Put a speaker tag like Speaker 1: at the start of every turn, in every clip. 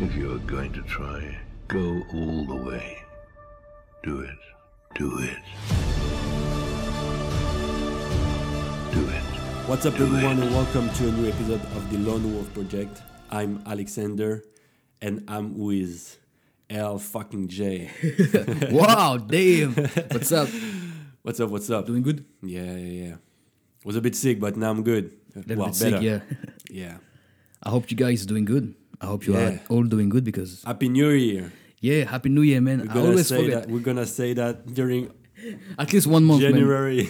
Speaker 1: If you're going to try, go all the way. Do it. Do it. Do it.
Speaker 2: What's up, everyone, and welcome to a new episode of the Lone Wolf Project. I'm Alexander, and I'm with L fucking J.
Speaker 3: Wow, damn. What's up?
Speaker 2: What's up? What's up?
Speaker 3: Doing good?
Speaker 2: Yeah, yeah, yeah. Was a bit sick, but now I'm good.
Speaker 3: Little
Speaker 2: well,
Speaker 3: bit sick,
Speaker 2: better.
Speaker 3: yeah.
Speaker 2: yeah.
Speaker 3: I hope you guys doing good. I hope you
Speaker 2: Yeah.
Speaker 3: are all doing good because
Speaker 2: Happy New Year.
Speaker 3: yeah, happy New Year, man.
Speaker 2: We're
Speaker 3: I
Speaker 2: gonna
Speaker 3: always
Speaker 2: say
Speaker 3: forget.
Speaker 2: that. We're gonna say that during
Speaker 3: At least one month, man.
Speaker 2: January,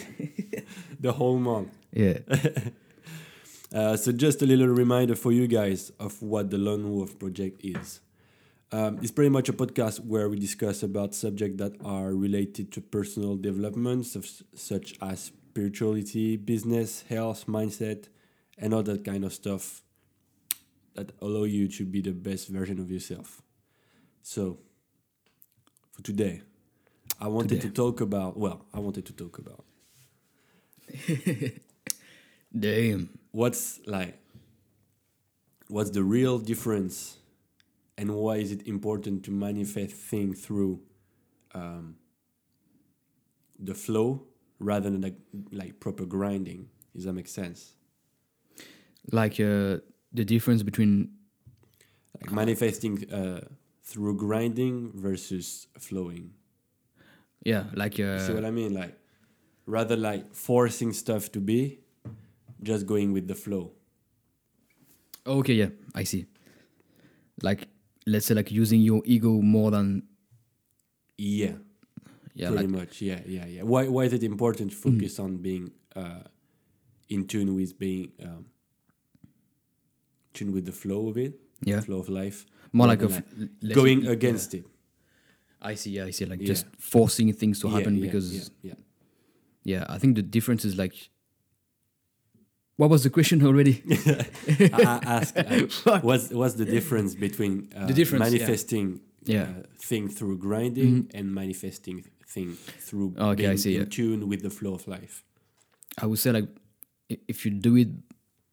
Speaker 2: the whole month.
Speaker 3: Yeah,
Speaker 2: Uh, so just a little reminder for you guys of what the Lone Wolf Project is. Um, it's pretty much a podcast where we discuss about subjects that are related to personal development, such, such as spirituality, business, health, mindset, and all that kind of stuff that allow you to be the best version of yourself. So, for today, I wanted to talk about. Well, I wanted to talk about
Speaker 3: damn.
Speaker 2: what's like what's the real difference and why is it important to manifest things through um, the flow rather than like, like proper grinding does that make sense
Speaker 3: Like uh, the difference between
Speaker 2: like manifesting uh, through grinding versus flowing
Speaker 3: yeah, like
Speaker 2: You see
Speaker 3: uh,
Speaker 2: what i mean like rather like forcing stuff to be just going with the flow
Speaker 3: oh, okay, yeah, I see. Like let's say like using your ego more than
Speaker 2: yeah
Speaker 3: yeah,
Speaker 2: pretty
Speaker 3: like Mm-hmm.
Speaker 2: much yeah yeah yeah why, why is it important to focus on being uh, in tune with being um, tune with the flow of it
Speaker 3: Yeah.
Speaker 2: flow of life
Speaker 3: more like
Speaker 2: rather
Speaker 3: a
Speaker 2: than,
Speaker 3: f- let's-
Speaker 2: going against it
Speaker 3: I see, yeah, I see. Like
Speaker 2: Yeah.
Speaker 3: just forcing things to
Speaker 2: Yeah,
Speaker 3: happen
Speaker 2: yeah,
Speaker 3: because
Speaker 2: yeah, yeah.
Speaker 3: yeah, I think the difference is like. What was the question already?
Speaker 2: I, I ask uh, what's what's the difference between uh,
Speaker 3: The difference, yeah.
Speaker 2: manifesting
Speaker 3: Yeah. Mm-hmm.
Speaker 2: Uh, thing through grinding and manifesting thing through
Speaker 3: Okay,
Speaker 2: being
Speaker 3: I see,
Speaker 2: in
Speaker 3: yeah.
Speaker 2: tune with the flow of life
Speaker 3: I would say like i- if you do it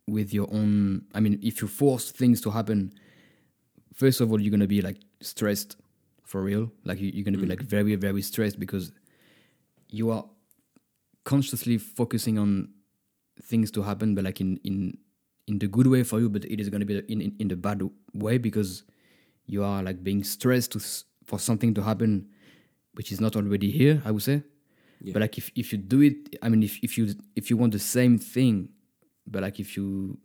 Speaker 3: with your own I mean if you force things to happen first of all you're gonna be like stressed for real like you- you're gonna be like very very stressed because you are consciously focusing on things to happen but like in in in the good way for you but it is gonna be in in, in the bad way because you are like being stressed to, s- for something to happen which is not already here i would say but like if, if you do it i mean if, if you if you want the same thing but like if you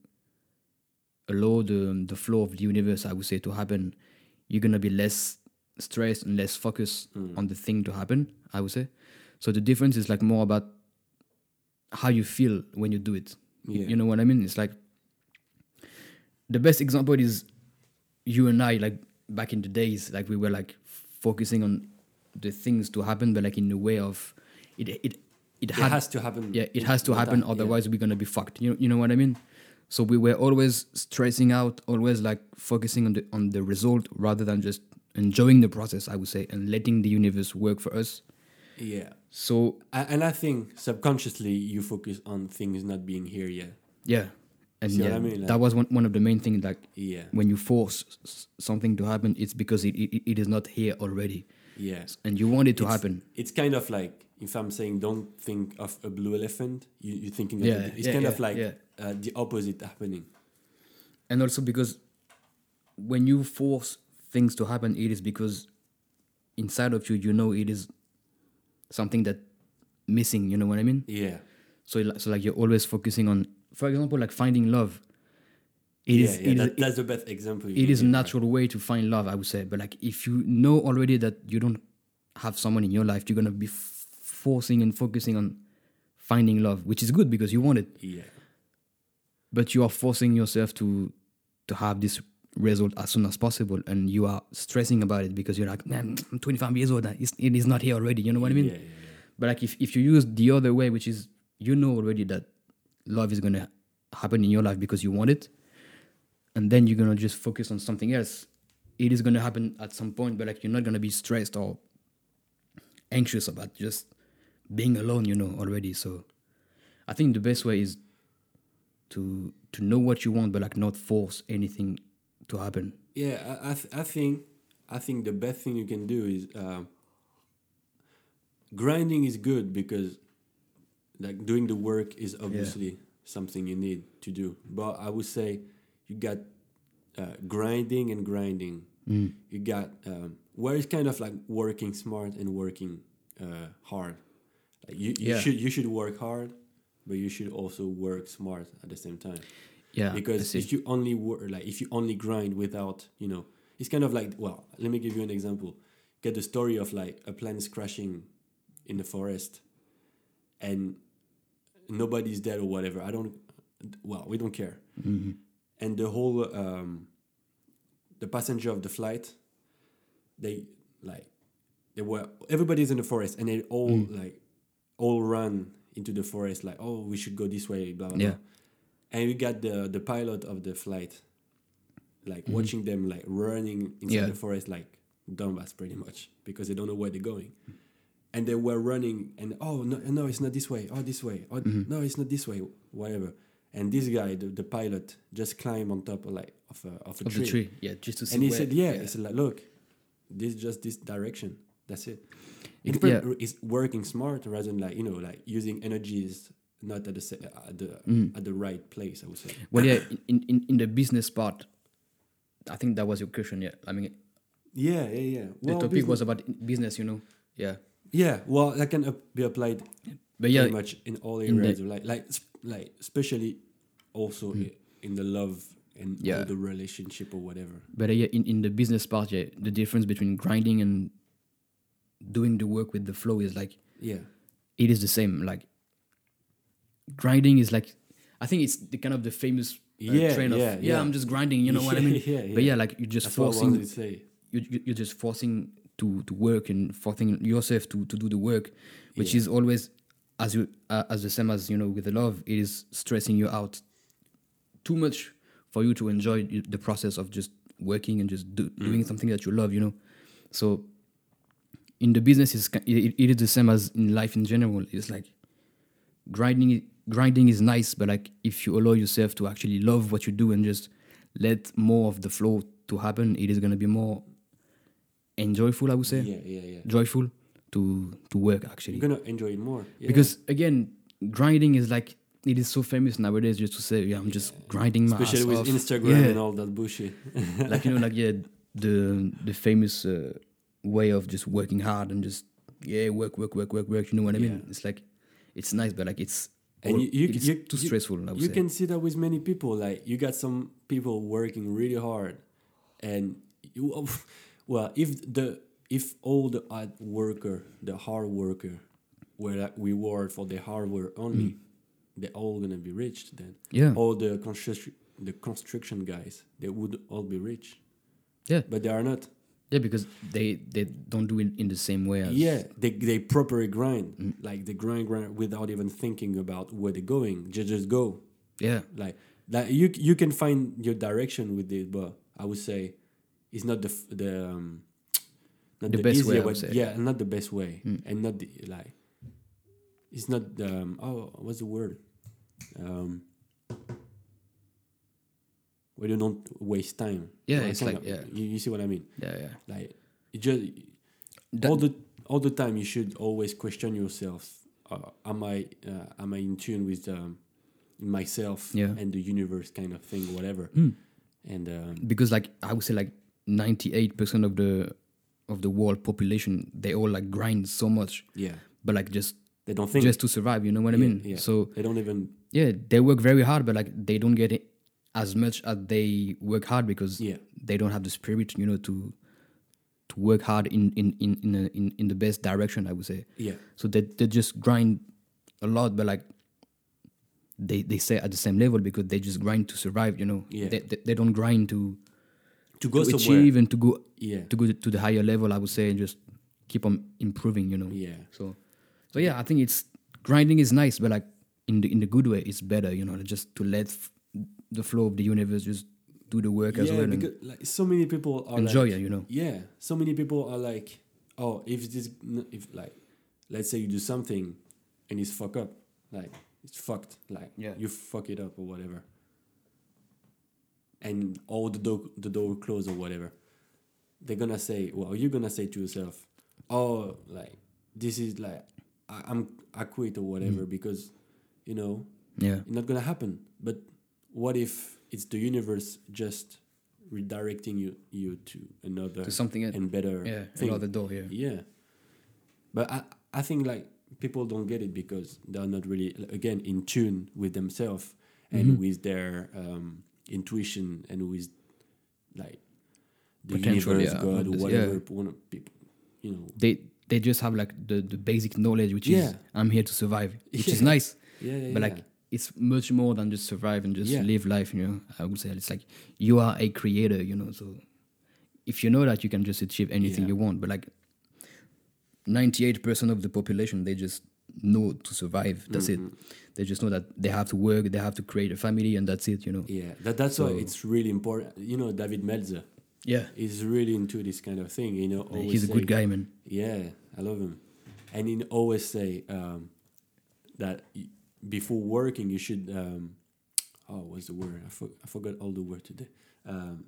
Speaker 3: allow the the flow of the universe i would say to happen you're gonna be less stressed and less focused on the thing to happen i would say so the difference is like more about how you feel when you do it
Speaker 2: Yeah.
Speaker 3: you know what i mean it's like the best example is you and I, like back in the days, like we were like focusing on the things to happen, but like in the way of it, it, it,
Speaker 2: it
Speaker 3: had,
Speaker 2: has to happen
Speaker 3: yeah, it has to
Speaker 2: with
Speaker 3: happen.
Speaker 2: that, yeah.
Speaker 3: Otherwise, we're gonna be fucked. You know, you know what I mean? So we were always stressing out, always like focusing on the on the result rather than just enjoying the process. I would say and letting the universe work for us.
Speaker 2: yeah
Speaker 3: So
Speaker 2: A- and I think subconsciously you focus on things not being here yet.
Speaker 3: yeah, and
Speaker 2: See what
Speaker 3: yeah,
Speaker 2: I mean?
Speaker 3: that
Speaker 2: Like-
Speaker 3: was one, one of the main things. Like
Speaker 2: Yeah,
Speaker 3: when you force s- s- something to happen, it's because it, it, it is not here already.
Speaker 2: yeah.
Speaker 3: and you want it to happen.
Speaker 2: It's kind of like if I'm saying don't think of a blue elephant, you, you're thinking of
Speaker 3: Yeah,
Speaker 2: a- it's
Speaker 3: yeah,
Speaker 2: kind
Speaker 3: yeah,
Speaker 2: of like
Speaker 3: yeah.
Speaker 2: uh, the opposite happening.
Speaker 3: And also because when you force things to happen, it is because inside of you, you know it is something that missing. You know what I mean?
Speaker 2: Yeah,
Speaker 3: So, it- so like you're always focusing on, for example, like finding love. It
Speaker 2: yeah,
Speaker 3: is
Speaker 2: yeah.
Speaker 3: it is
Speaker 2: that, that's the best example. you
Speaker 3: it
Speaker 2: can
Speaker 3: is a
Speaker 2: give,
Speaker 3: natural way to find love, I would say. But like if you know already that you don't have someone in your life, you're gonna be f- forcing and focusing on finding love, which is good because you want it.
Speaker 2: right? Yeah,
Speaker 3: but you are forcing yourself to to have this result as soon as possible and you are stressing about it because you're like man i'm 25 years old it's, it is not here already you know what i mean
Speaker 2: yeah, yeah, yeah.
Speaker 3: but like if, if you use the other way which is you know already that love is gonna happen in your life because you want it and then you're gonna just focus on something else it is gonna happen at some point but like you're not gonna be stressed or anxious about just being alone you know already so i think the best way is to to know what you want but like not force anything to happen
Speaker 2: yeah, I, I, th- I think I think the best thing you can do is uh, grinding is good because like doing the work is obviously something you need to do. But I would say you got uh, grinding and grinding. You got um, where it's kind of like working smart and working uh, hard. Like you, you
Speaker 3: Yeah.
Speaker 2: should you should work hard, but you should also work smart at the same time
Speaker 3: Yeah, I
Speaker 2: because
Speaker 3: see.
Speaker 2: if you only work like if you only grind without you know it's kind of like well let me give you an example get the story of like a plane is crashing in the forest and nobody's dead or whatever i don't well we don't care
Speaker 3: Mm-hmm.
Speaker 2: and the whole um the passenger of the flight they like they were everybody's in the forest and they all
Speaker 3: Mm.
Speaker 2: like all run into the forest like oh we should go this way blah blah
Speaker 3: Yeah.
Speaker 2: blah and we got the the pilot of the flight like watching them like running inside
Speaker 3: Mm-hmm. Yeah.
Speaker 2: the forest like dumbass pretty much because they don't know where they're going and they were running and oh no no it's not this way oh this way oh
Speaker 3: Mm-hmm.
Speaker 2: no it's not this way whatever and this guy the, the pilot just climbed on top of like of a, of a
Speaker 3: of
Speaker 2: tree
Speaker 3: the tree. Yeah, just to see.
Speaker 2: and he
Speaker 3: where-
Speaker 2: said, yeah. He said, like, look, this is just this direction. That's it. It's,
Speaker 3: It- yeah.
Speaker 2: pre- it's working smart rather than like you know like using energies not at the se- at the at the right place. I would say.
Speaker 3: Well, yeah, in, in, in the business part, I think that was your question. Yeah, I mean,
Speaker 2: Yeah, yeah, yeah.
Speaker 3: the
Speaker 2: Well,
Speaker 3: topic
Speaker 2: business-
Speaker 3: was about business, you know. Yeah,
Speaker 2: yeah. Well, that can ap- be applied
Speaker 3: but yeah,
Speaker 2: pretty much in all
Speaker 3: in the-
Speaker 2: areas. of like like sp- like especially also i- in the love and all
Speaker 3: Yeah.
Speaker 2: the relationship or whatever.
Speaker 3: but uh, yeah, in, in the business part, yeah, the difference between grinding and doing the work with the flow is like
Speaker 2: Yeah.
Speaker 3: it is the same. Like grinding is like I think it's the kind of the famous uh,
Speaker 2: Yeah,
Speaker 3: train of
Speaker 2: yeah,
Speaker 3: yeah,
Speaker 2: yeah.
Speaker 3: I'm just grinding. You know what I mean?
Speaker 2: Yeah,
Speaker 3: But
Speaker 2: yeah.
Speaker 3: yeah, like you're just
Speaker 2: That's what I
Speaker 3: forcing
Speaker 2: wanted to say.
Speaker 3: you you- you're just forcing to to work and forcing yourself to to do the work, which is always as you uh, as the same as you know with the love it is stressing you out too much for you to enjoy y- the process of just working and just do, doing something that you love you know so in the business is it, it is the same as in life in general it's like grinding i- grinding is nice but like if you allow yourself to actually love what you do and just let more of the flow to happen it is going to be more enjoyable i would say
Speaker 2: Yeah, yeah, yeah.
Speaker 3: joyful to to work actually
Speaker 2: You're gonna enjoy it more Yeah.
Speaker 3: because again grinding is like it is so famous nowadays just to say yeah i'm just grinding my
Speaker 2: especially
Speaker 3: ass
Speaker 2: with
Speaker 3: off.
Speaker 2: Instagram and
Speaker 3: Yeah.
Speaker 2: all that bullshit.
Speaker 3: like you know like yeah the the famous uh, way of just working hard and just yeah work work work work work you know what i mean it's like it's nice but like it's
Speaker 2: and
Speaker 3: all-
Speaker 2: you, you,
Speaker 3: it's
Speaker 2: you
Speaker 3: too
Speaker 2: you-
Speaker 3: stressful I would
Speaker 2: you
Speaker 3: say.
Speaker 2: can see that with many people. Like you got some people working really hard, and you, oh, well, if the if all the hard worker, the hard worker, were like reward for their hard work only, they're all gonna be rich then.
Speaker 3: Mm. Yeah.
Speaker 2: All the construction, the construction guys, they would all be rich,
Speaker 3: yeah
Speaker 2: but they are not.
Speaker 3: yeah because they they don't do it in the same way as
Speaker 2: Yeah, they they properly grind,
Speaker 3: Mm.
Speaker 2: like they grind grind without even thinking about where they're going. Just just go.
Speaker 3: yeah
Speaker 2: like that you you can find your direction with it but i would say it's not the f- the um, not
Speaker 3: The best way,
Speaker 2: easier,
Speaker 3: I would
Speaker 2: but
Speaker 3: say. Hmm.
Speaker 2: yeah not the best way and not the, like it's not the um, oh what's the word um where you don't waste time
Speaker 3: Yeah,
Speaker 2: I
Speaker 3: it's
Speaker 2: kinda-
Speaker 3: like- yeah.
Speaker 2: you, you see what i mean
Speaker 3: yeah yeah
Speaker 2: like you just all the all the time you should always question yourself uh, am i uh, am i in tune with um, myself
Speaker 3: Yeah. Hmm.
Speaker 2: and the universe kind of thing whatever and um,
Speaker 3: because like I would say like ninety eight percent of the of the world population they all like grind so much,
Speaker 2: yeah
Speaker 3: but like just
Speaker 2: they don't think
Speaker 3: just to survive. You know what I mean?
Speaker 2: yeah.
Speaker 3: So
Speaker 2: they don't even
Speaker 3: yeah, they work very hard, but like they don't get it as much as they work hard because
Speaker 2: Yeah.
Speaker 3: they don't have the spirit, you know, to to work hard in in in in, a, in, in the best direction. I would say.
Speaker 2: yeah
Speaker 3: So they they just grind a lot, but like they they stay at the same level because they just grind to survive. You know,
Speaker 2: Yeah.
Speaker 3: they, they they don't grind to
Speaker 2: to go
Speaker 3: to
Speaker 2: somewhere
Speaker 3: achieve and to go
Speaker 2: Yeah.
Speaker 3: to go to the higher level i would say and just keep on improving you know
Speaker 2: Yeah.
Speaker 3: so so yeah i think it's grinding is nice but like in the in the good way it's better you know just to let f- the flow of the universe just do the work as
Speaker 2: yeah
Speaker 3: well and
Speaker 2: because like so many people are
Speaker 3: enjoy
Speaker 2: like,
Speaker 3: it you know
Speaker 2: yeah so many people are like oh if this if like let's say you do something and it's fuck up like it's fucked like
Speaker 3: Yeah.
Speaker 2: you fuck it up or whatever and all the door the door closed or whatever, they're gonna say, well, you're gonna say to yourself, oh, like this is like I, I'm I quit or whatever
Speaker 3: Mm.
Speaker 2: because you know
Speaker 3: Yeah.
Speaker 2: it's not gonna happen. But what if it's the universe just redirecting you you to another
Speaker 3: To something else.
Speaker 2: and better
Speaker 3: Yeah.
Speaker 2: thing?
Speaker 3: Another door here.
Speaker 2: Yeah. But I, I think like people don't get it because they're not really again in tune with themselves and
Speaker 3: Mm-hmm.
Speaker 2: with their um, intuition and with like the
Speaker 3: Potential,
Speaker 2: universe,
Speaker 3: yeah,
Speaker 2: God,
Speaker 3: of this-
Speaker 2: whatever.
Speaker 3: yeah.
Speaker 2: One of people, you know.
Speaker 3: They they just have like the, the basic knowledge, which is
Speaker 2: Yeah.
Speaker 3: I'm here to survive, which is
Speaker 2: Yeah.
Speaker 3: nice.
Speaker 2: Yeah, yeah.
Speaker 3: But
Speaker 2: yeah.
Speaker 3: like it's much more than just survive and just
Speaker 2: Yeah.
Speaker 3: live life. You know, I would say it's like you are a creator. You know, so if you know that, you can just achieve anything
Speaker 2: Yeah.
Speaker 3: you want. But like ninety eight percent of the population, they just know to survive. That's
Speaker 2: Mm-hmm.
Speaker 3: it. They just know that they have to work, they have to create a family, and that's it. You know.
Speaker 2: yeah, that, that's why it's really important. You know, David Melzer
Speaker 3: Yeah.
Speaker 2: is really into this kind of thing. You know, always
Speaker 3: He's a
Speaker 2: say-
Speaker 3: good guy, man.
Speaker 2: Yeah, I love him. And he always say um, that y- before working, you should. Um, oh, what's the word? I, for, I forgot all the word today. Um,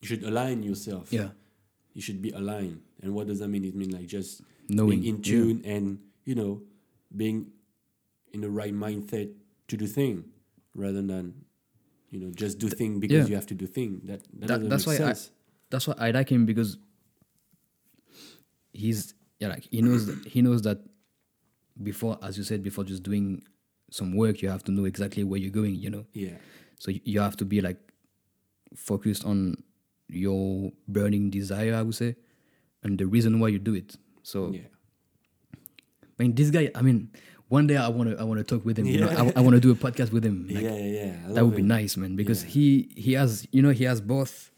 Speaker 2: you should align yourself.
Speaker 3: Yeah.
Speaker 2: You should be aligned. And what does that mean? It means like just
Speaker 3: Knowing,
Speaker 2: being in
Speaker 3: yeah.
Speaker 2: tune and, you know, being in the right mindset to do thing rather than, you know, just do thing because
Speaker 3: yeah.
Speaker 2: you have to do thing. That, that,
Speaker 3: That-
Speaker 2: doesn't
Speaker 3: that's
Speaker 2: make
Speaker 3: why I-
Speaker 2: sense.
Speaker 3: that's why I like him because he's yeah like he knows that, he knows that before as you said before just doing some work you have to know exactly where you're going you know
Speaker 2: yeah.
Speaker 3: so you- you have to be like focused on your burning desire I would say and the reason why you do it so
Speaker 2: Yeah.
Speaker 3: I mean this guy I mean one day I want to I want to talk with him you know
Speaker 2: Yeah.
Speaker 3: I, I want to do a podcast with him like,
Speaker 2: yeah, yeah, yeah. I
Speaker 3: that
Speaker 2: love
Speaker 3: would be
Speaker 2: it.
Speaker 3: nice man because he he has you know he has both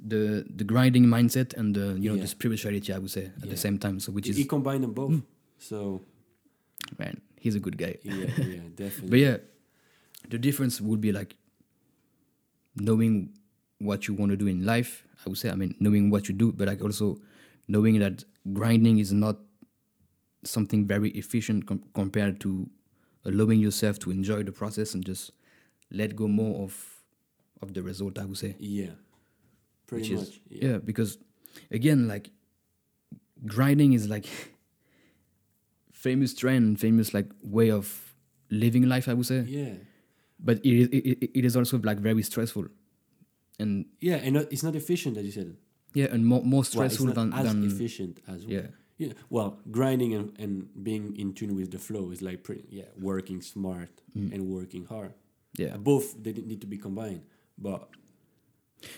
Speaker 3: the the grinding mindset and the you know
Speaker 2: Yeah.
Speaker 3: the spirituality i would say at the same time so which
Speaker 2: he
Speaker 3: is
Speaker 2: combined them both.
Speaker 3: Mm.
Speaker 2: So
Speaker 3: man he's a good guy
Speaker 2: yeah, yeah, definitely.
Speaker 3: but yeah the difference would be like knowing what you want to do in life i would say i mean knowing what you do but like also knowing that grinding is not something very efficient com- compared to allowing yourself to enjoy the process and just let go more of of the result i would say
Speaker 2: yeah, pretty
Speaker 3: which
Speaker 2: much.
Speaker 3: is
Speaker 2: yeah.
Speaker 3: yeah. because again like grinding is like famous trend famous like way of living life i would say
Speaker 2: yeah,
Speaker 3: but it is it, it- it is also like very stressful and
Speaker 2: yeah, and not, it's not efficient as you said.
Speaker 3: yeah and more, more
Speaker 2: Well, it's
Speaker 3: stressful
Speaker 2: not
Speaker 3: than
Speaker 2: as
Speaker 3: than
Speaker 2: efficient as well.
Speaker 3: yeah.
Speaker 2: Yeah, well, grinding and, and being in tune with the flow is like pretty, yeah, working smart and working hard.
Speaker 3: Mm. yeah
Speaker 2: Both they need to be combined, but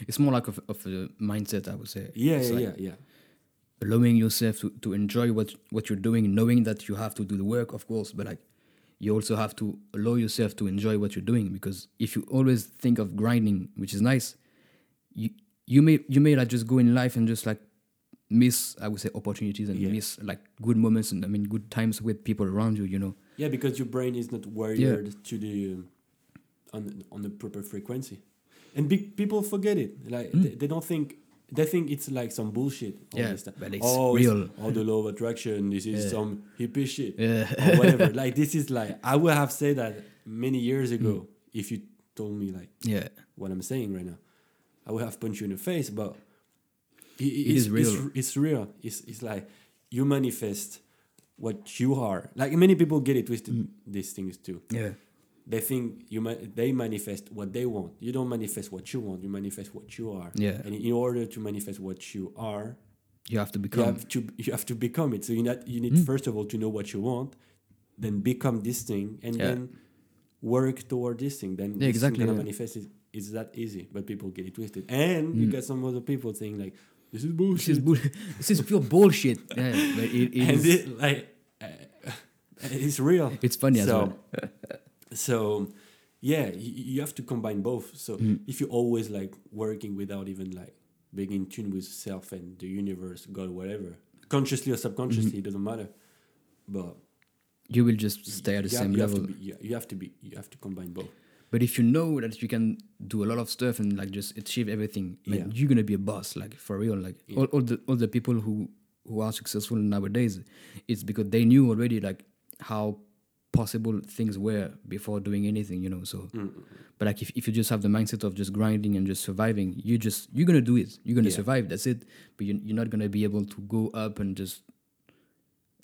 Speaker 3: it's more like of, of a mindset i would say
Speaker 2: yeah,
Speaker 3: It's
Speaker 2: yeah,
Speaker 3: like
Speaker 2: yeah, yeah,
Speaker 3: allowing yourself to, to enjoy what what you're doing knowing that you have to do the work of course but like you also have to allow yourself to enjoy what you're doing because if you always think of grinding which is nice you you may you may like just go in life and just like miss i would say opportunities and miss like good moments and i mean good times with people around you you know
Speaker 2: yeah, because your brain is not wired to the um, on on the proper frequency, and be, people forget it. Like they, they don't think they think it's like some bullshit. all
Speaker 3: Hmm. Yeah,
Speaker 2: this stuff.
Speaker 3: but it's
Speaker 2: oh,
Speaker 3: real.
Speaker 2: oh, the law of attraction. This is some hippie shit
Speaker 3: Yeah.
Speaker 2: or whatever. like this is like I would have said that many years ago
Speaker 3: Hmm.
Speaker 2: if you told me like
Speaker 3: yeah
Speaker 2: what I'm saying right now. I would have punched you in the face, but i- i-
Speaker 3: It
Speaker 2: it's,
Speaker 3: is real.
Speaker 2: It's, it's real. It's, it's like you manifest what you are. Like many people get it twisted. These things too.
Speaker 3: Mm. yeah
Speaker 2: They think you ma- they manifest what they want. You don't manifest what you want. You manifest what you are.
Speaker 3: Yeah.
Speaker 2: And in order to manifest what you are,
Speaker 3: you have to
Speaker 2: you
Speaker 3: become Hmm.
Speaker 2: have to you have to become it. So you not, you need first of all to know what you want, then become this thing, and
Speaker 3: Yeah.
Speaker 2: then work toward this thing. Then this
Speaker 3: exactly,
Speaker 2: Thing gonna
Speaker 3: yeah.
Speaker 2: manifest it. It's that easy, but people get it twisted. And you get some other people saying like, "This is bullshit."
Speaker 3: Hmm. this is bull- this is pure bullshit yeah but it, it
Speaker 2: and
Speaker 3: is,
Speaker 2: it, like, uh, it's real.
Speaker 3: It's funny as
Speaker 2: so, well. so, yeah, you, you have to combine both. So
Speaker 3: Mm.
Speaker 2: if you're always like working without even like being in tune with self and the universe, God, whatever, consciously or subconsciously,
Speaker 3: Mm-hmm.
Speaker 2: it doesn't matter. But
Speaker 3: you will just stay at the
Speaker 2: you have-
Speaker 3: same
Speaker 2: you
Speaker 3: level
Speaker 2: Have to be, you, you have to be. You have to combine both.
Speaker 3: But if you know that you can do a lot of stuff and like just achieve everything, man,
Speaker 2: Yeah.
Speaker 3: you're gonna be a boss, like for real. Like all, all the all the people who who are successful nowadays, it's because they knew already like how possible things were before doing anything, you know.
Speaker 2: Mm,
Speaker 3: So, but like if, if you just have the mindset of just grinding and just surviving, you just you're gonna do it. You're gonna
Speaker 2: Yeah.
Speaker 3: survive. That's it. But you, you're not gonna be able to go up and just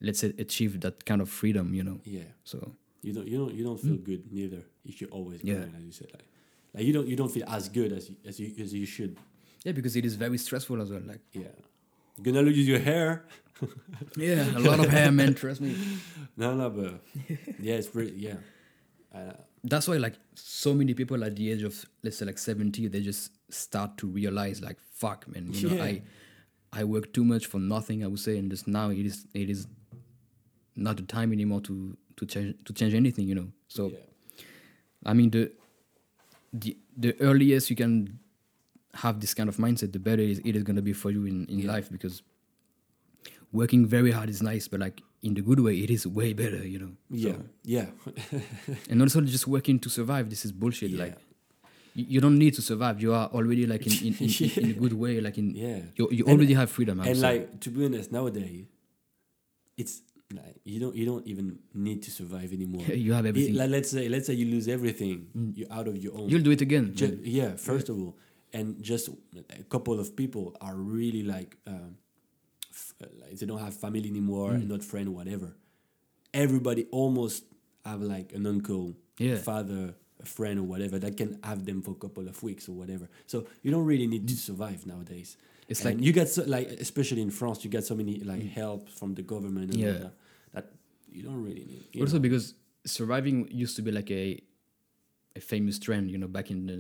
Speaker 3: let's say achieve that kind of freedom, you know.
Speaker 2: Yeah.
Speaker 3: So
Speaker 2: You don't you don't you don't feel good neither if you always
Speaker 3: Mm. Yeah.
Speaker 2: grind, as you said. Like, like you don't you don't feel as good as you, as you as you should.
Speaker 3: yeah, because it is very stressful as well. Like
Speaker 2: Yeah. You're gonna lose your hair.
Speaker 3: yeah, a lot of hair, man. Trust me.
Speaker 2: No, no, but yeah, it's pretty. Yeah, uh,
Speaker 3: that's why like so many people at the age of let's say like 70 they just start to realize like fuck man you know
Speaker 2: Yeah.
Speaker 3: i i work too much for nothing i would say and just now it is it is not the time anymore to to change to change anything you know so
Speaker 2: yeah,
Speaker 3: i mean the the the earliest you can have this kind of mindset the better it is going to be for you in in life because working very hard is nice but like in the good way it is way better you know
Speaker 2: yeah, yeah,
Speaker 3: and also just working to survive this is bullshit
Speaker 2: Yeah.
Speaker 3: like you, you don't need to survive you are already like in in, in, in- in a good way like in
Speaker 2: yeah.
Speaker 3: you, you
Speaker 2: And-
Speaker 3: already have freedom I would
Speaker 2: And
Speaker 3: say.
Speaker 2: like to be honest, nowadays, it's like you don't you don't even need to survive anymore.
Speaker 3: you have
Speaker 2: It-
Speaker 3: everything Mm.
Speaker 2: like, let's say let's say you lose everything, you're out of your own.
Speaker 3: you'll do it again
Speaker 2: Ju-
Speaker 3: man.
Speaker 2: yeah, first of all, and just a couple of people are really like, um, f- like they don't have family anymore,
Speaker 3: Mm.
Speaker 2: not friend, whatever. Everybody almost have like an uncle,
Speaker 3: Yeah.
Speaker 2: father, a friend, or whatever that can have them for a couple of weeks or whatever. So you don't really need to survive nowadays.
Speaker 3: Mm. It's
Speaker 2: And
Speaker 3: like- Mm.
Speaker 2: you get so, like, especially in France, you get so many like help from the government. And all
Speaker 3: Yeah.
Speaker 2: that, that you don't really need. you
Speaker 3: also
Speaker 2: know.
Speaker 3: because surviving used to be like a a famous trend you know back in the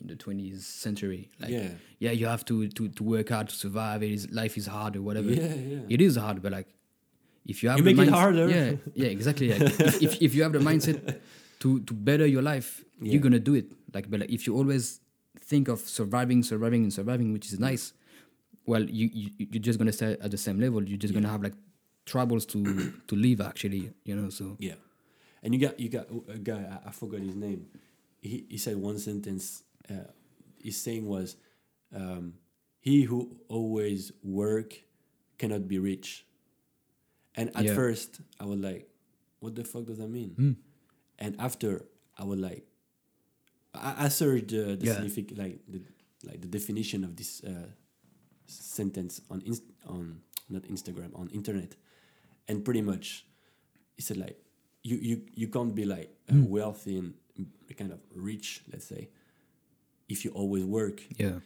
Speaker 3: in the 20th century like
Speaker 2: Yeah.
Speaker 3: yeah you have to to, to work hard to survive it is life is hard or whatever
Speaker 2: Yeah, yeah.
Speaker 3: it is hard but like if you have
Speaker 2: You
Speaker 3: the
Speaker 2: make it
Speaker 3: mindset-
Speaker 2: harder.
Speaker 3: yeah yeah exactly like, if, if, if you have the mindset to to better your life you're gonna do it like but like, if you always think of surviving surviving and surviving which is nice well you, you you're just gonna stay at the same level you're just gonna have like troubles to to live actually you know so
Speaker 2: Yeah, and you got you got a guy I, I forgot his name. He he said one sentence. Uh, his saying was, um, "He who always work cannot be rich." And at
Speaker 3: Yeah. Hmm.
Speaker 2: first, I was like, "What the fuck does that mean?" And after, I was like, I, I searched the, the
Speaker 3: Yeah.
Speaker 2: signific- like the like the definition of this uh, sentence on inst- on not Instagram on internet, and pretty much he said like you you you can't be like uh,
Speaker 3: Hmm.
Speaker 2: wealthy and kind of rich let's say if you always work
Speaker 3: yeah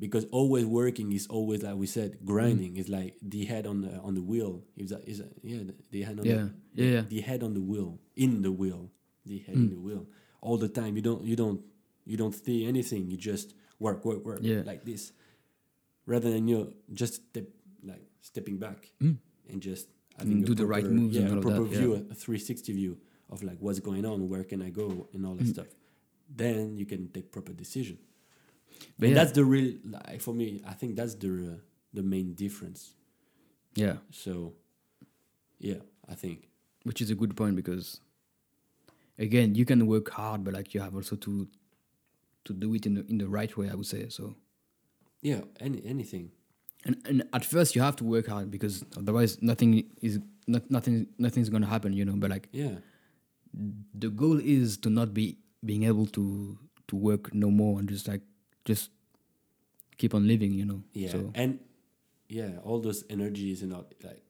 Speaker 2: because always working is always like we said grinding
Speaker 3: Hmm.
Speaker 2: is like the head on the on the wheel is that is that, yeah the, the head on
Speaker 3: Yeah.
Speaker 2: the,
Speaker 3: Yeah, Hmm. yeah.
Speaker 2: the head on the wheel in the wheel the head in the wheel all the time you don't you don't you don't see anything you just work work work
Speaker 3: Yeah.
Speaker 2: like this rather than you just step like stepping back and just having a
Speaker 3: do the right
Speaker 2: proper-
Speaker 3: moves
Speaker 2: yeah,
Speaker 3: Hmm. and all
Speaker 2: a
Speaker 3: of
Speaker 2: proper
Speaker 3: that, yeah.
Speaker 2: view a 360 view of like what's going on where can I go and all that
Speaker 3: Hmm.
Speaker 2: stuff then you can take proper decision and
Speaker 3: But yeah.
Speaker 2: that's the real like for me i think that's the uh, the main difference
Speaker 3: yeah
Speaker 2: so yeah i think
Speaker 3: which is a good point because again you can work hard but like you have also to to do it in the in the right way i would say so
Speaker 2: yeah any anything
Speaker 3: and, and at first you have to work hard because otherwise nothing is not, nothing nothing's gonna happen you know but like
Speaker 2: yeah
Speaker 3: the goal is to not be being able to to work no more and just like just keep on living you know
Speaker 2: yeah
Speaker 3: so
Speaker 2: and yeah all those energies and all like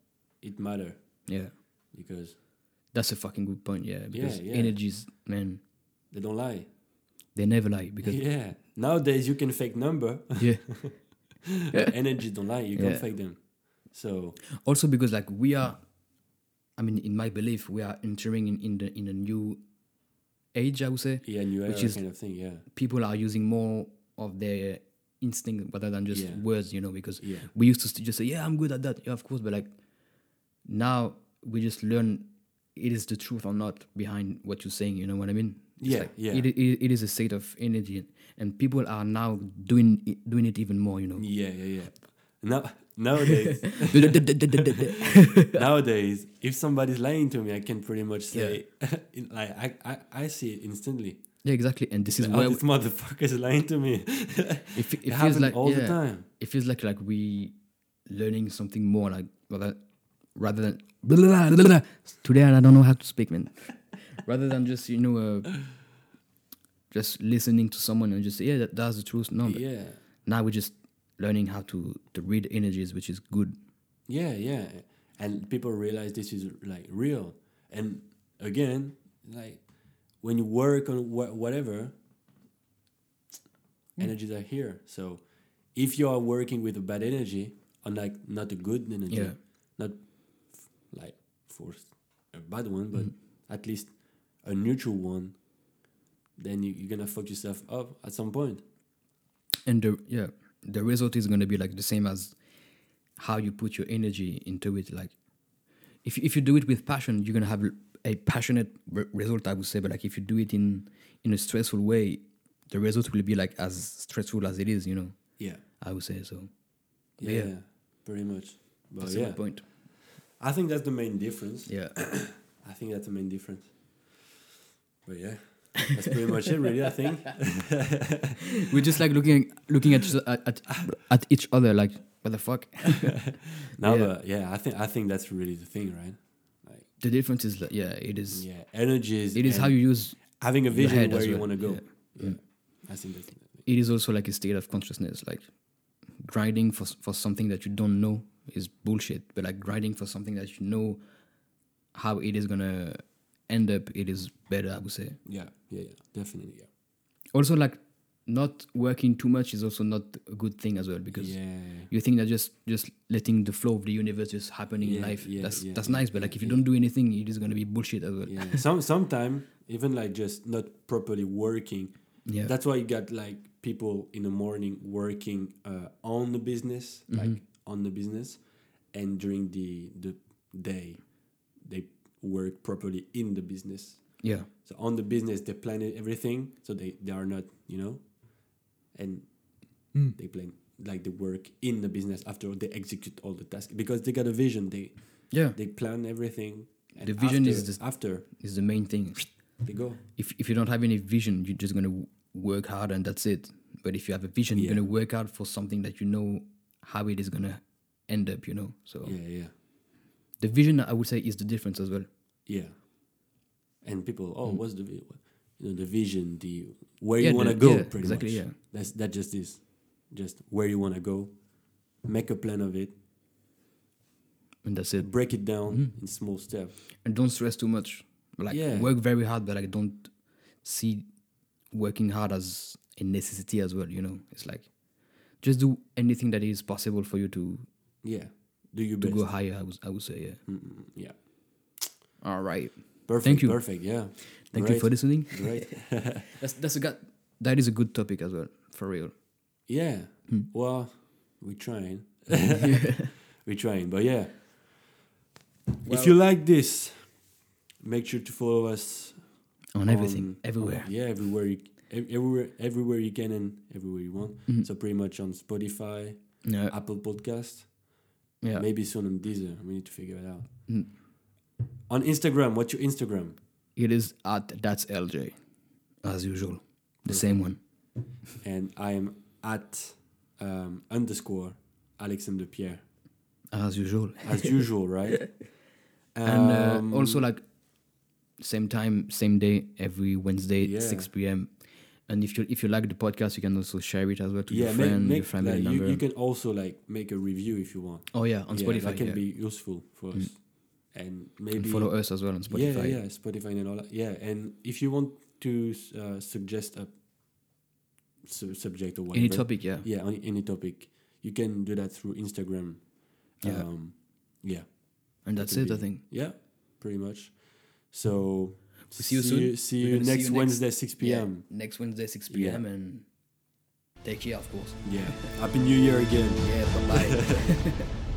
Speaker 2: it matter
Speaker 3: yeah
Speaker 2: because
Speaker 3: that's a fucking good point yeah because
Speaker 2: yeah.
Speaker 3: energies man
Speaker 2: they don't lie
Speaker 3: they never lie because
Speaker 2: yeah nowadays you can fake number
Speaker 3: yeah
Speaker 2: but energy don't lie you
Speaker 3: Yeah.
Speaker 2: can't fake them so
Speaker 3: also because like we are i mean in my belief we are entering in, in the in a new age i would say
Speaker 2: yeah new era
Speaker 3: Which is-
Speaker 2: kind of thing yeah
Speaker 3: people are using more of their instinct rather than just
Speaker 2: Yeah.
Speaker 3: words, you know, because
Speaker 2: Yeah.
Speaker 3: we used to st- just say, yeah, I'm good at that. Yeah, of course. But like now we just learn it is the truth or not behind what you're saying. You know what I mean? It's
Speaker 2: Yeah,
Speaker 3: like,
Speaker 2: yeah.
Speaker 3: It, it, it is a state of energy and people are now doing it, doing it even more, you know.
Speaker 2: yeah yeah yeah now nowadays nowadays, if somebody's lying to me, I can pretty much say, in- like, I, I, I see it instantly.
Speaker 3: yeah, exactly. And this is
Speaker 2: Oh,
Speaker 3: where
Speaker 2: this motherfucker is lying to me.
Speaker 3: it, fe-
Speaker 2: It
Speaker 3: it feels
Speaker 2: happens
Speaker 3: like
Speaker 2: all the
Speaker 3: yeah,
Speaker 2: time.
Speaker 3: It feels like like we learning something more like rather rather than blah, blah, blah, blah. today I don't know how to speak, man. rather than just you know, uh, just listening to someone and just say, yeah, that, that's the truth. No, but
Speaker 2: yeah,
Speaker 3: now we're just learning how to to read energies, which is good.
Speaker 2: yeah, yeah. And people realize this is like real. And again, like when you work on wha- whatever,
Speaker 3: Mm.
Speaker 2: energies are here. So if you are working with a bad energy, or like not a good energy,
Speaker 3: Yeah.
Speaker 2: not f- like forced a bad one,
Speaker 3: Mm.
Speaker 2: but at least a neutral one, then you, you're gonna fuck yourself up at some point.
Speaker 3: and the yeah the result is going to be like the same as how you put your energy into it like if, if you do it with passion you're going to have a passionate re- result i would say but like if you do it in in a stressful way the result will be like as stressful as it is you know
Speaker 2: Yeah.
Speaker 3: i would say so
Speaker 2: Yeah,
Speaker 3: Yeah.
Speaker 2: pretty much. But
Speaker 3: that's
Speaker 2: yeah,
Speaker 3: my point
Speaker 2: I think that's the main difference.
Speaker 3: yeah
Speaker 2: I think that's the main difference. But yeah, that's pretty much it, really. I think.
Speaker 3: we're just like looking looking at, at at at each other like what the fuck
Speaker 2: Now,
Speaker 3: Yeah.
Speaker 2: but yeah, I think I think that's really the thing, right? Like,
Speaker 3: the difference is like, yeah it is
Speaker 2: yeah, energy is
Speaker 3: it is
Speaker 2: and
Speaker 3: how you use
Speaker 2: having a
Speaker 3: your
Speaker 2: vision
Speaker 3: head
Speaker 2: where
Speaker 3: as
Speaker 2: you
Speaker 3: well,
Speaker 2: want to go.
Speaker 3: yeah.
Speaker 2: Yeah. I think that's.
Speaker 3: it is also like a state of consciousness like grinding for for something that you don't know is bullshit but like grinding for something that you know how it is gonna end up it is better i would say
Speaker 2: Yeah, yeah, yeah, definitely. Yeah.
Speaker 3: also like not working too much is also not a good thing as well because
Speaker 2: yeah.
Speaker 3: you think that just just letting the flow of the universe just happening in
Speaker 2: Yeah,
Speaker 3: life
Speaker 2: yeah,
Speaker 3: that's
Speaker 2: yeah,
Speaker 3: that's
Speaker 2: yeah,
Speaker 3: nice but like
Speaker 2: yeah,
Speaker 3: if you
Speaker 2: yeah.
Speaker 3: don't do anything it is gonna be bullshit as well yeah,
Speaker 2: yeah. Some sometime even like just not properly working.
Speaker 3: Yeah.
Speaker 2: That's why you got like people in the morning working uh, on the business,
Speaker 3: Mm-hmm.
Speaker 2: like on the business, and during the the day, they work properly in the business. So on the business, they plan it- everything, so they they are not you know, and
Speaker 3: Hmm.
Speaker 2: they plan like they work in the business after they execute all the tasks because they got a vision. They
Speaker 3: Yeah.
Speaker 2: they plan everything. And
Speaker 3: The vision
Speaker 2: after,
Speaker 3: is just-
Speaker 2: after
Speaker 3: is the main thing
Speaker 2: they go.
Speaker 3: if, if you don't have any vision, you're just gonna w- work hard and that's it. But if you have a vision,
Speaker 2: Yeah.
Speaker 3: you're gonna work hard for something that you know how it is gonna end up. You know, so
Speaker 2: Yeah, yeah,
Speaker 3: the vision I would say is the difference as well.
Speaker 2: yeah. And people, oh, what's the vi- you know the vision, the where
Speaker 3: Hmm. Yeah,
Speaker 2: you want to
Speaker 3: the-
Speaker 2: go,
Speaker 3: yeah,
Speaker 2: pretty
Speaker 3: exactly,
Speaker 2: much.
Speaker 3: yeah.
Speaker 2: That's that just is, just where you want to go. Make a plan of it,
Speaker 3: And that's it.
Speaker 2: break it down
Speaker 3: Hmm.
Speaker 2: in small steps.
Speaker 3: And don't stress too much. Like
Speaker 2: Yeah.
Speaker 3: work very hard, but like don't see working hard as a necessity as well. You know, it's like just do anything that is possible for you to
Speaker 2: Yeah, do your
Speaker 3: to
Speaker 2: best.
Speaker 3: go higher. I was I would say yeah.
Speaker 2: Mm, yeah,
Speaker 3: All right.
Speaker 2: perfect.
Speaker 3: Thank you.
Speaker 2: Perfect. Yeah.
Speaker 3: Thank you
Speaker 2: Great,
Speaker 3: for listening.
Speaker 2: Great.
Speaker 3: That's that's a good, that is a good topic as well for real.
Speaker 2: Yeah.
Speaker 3: Hmm.
Speaker 2: Well, we're trying. we're trying, but yeah. if
Speaker 3: Well-
Speaker 2: you like this, make sure to follow us
Speaker 3: on everything,
Speaker 2: on-
Speaker 3: everywhere.
Speaker 2: Um, yeah, everywhere, you, ev- everywhere, everywhere you can and everywhere you want.
Speaker 3: Mm-hmm.
Speaker 2: So pretty much on Spotify,
Speaker 3: Yeah,
Speaker 2: Apple Podcast,
Speaker 3: Uh, yeah.
Speaker 2: maybe soon on Deezer. We need to figure it out.
Speaker 3: Mm.
Speaker 2: On Instagram, what's your Instagram?
Speaker 3: It is at that's LJ, as usual, the same one.
Speaker 2: And I am at um, underscore Alexander Pierre,
Speaker 3: As usual,
Speaker 2: as usual, right?
Speaker 3: and uh,
Speaker 2: Um,
Speaker 3: also like same time, same day, every Wednesday,
Speaker 2: Yeah.
Speaker 3: six p.m. And if you if you like the podcast, you can also share it as well to
Speaker 2: yeah,
Speaker 3: your
Speaker 2: make,
Speaker 3: friend, your
Speaker 2: make,
Speaker 3: family
Speaker 2: like,
Speaker 3: member.
Speaker 2: you, you can also like make a review if you want
Speaker 3: oh yeah, on
Speaker 2: Yeah,
Speaker 3: Spotify.
Speaker 2: That can
Speaker 3: yeah. Mm.
Speaker 2: be useful for us. And
Speaker 3: And
Speaker 2: maybe
Speaker 3: follow us as well on Spotify.
Speaker 2: Yeah, yeah, Spotify and all that. Yeah, and if you want to uh, suggest a su- subject or whatever,
Speaker 3: Any topic, yeah.
Speaker 2: yeah, on any topic, you can do that through Instagram.
Speaker 3: Yeah.
Speaker 2: um, yeah,
Speaker 3: And that's
Speaker 2: could
Speaker 3: it, I
Speaker 2: be-
Speaker 3: think.
Speaker 2: yeah, pretty much. So
Speaker 3: see you soon.
Speaker 2: see you next
Speaker 3: We're gonna see you next-
Speaker 2: Wednesday, six p.m.
Speaker 3: Yeah, next Wednesday, six
Speaker 2: Yeah.
Speaker 3: p.m. And take care, of course.
Speaker 2: Yeah. happy New Year again.
Speaker 3: Yeah, bye bye.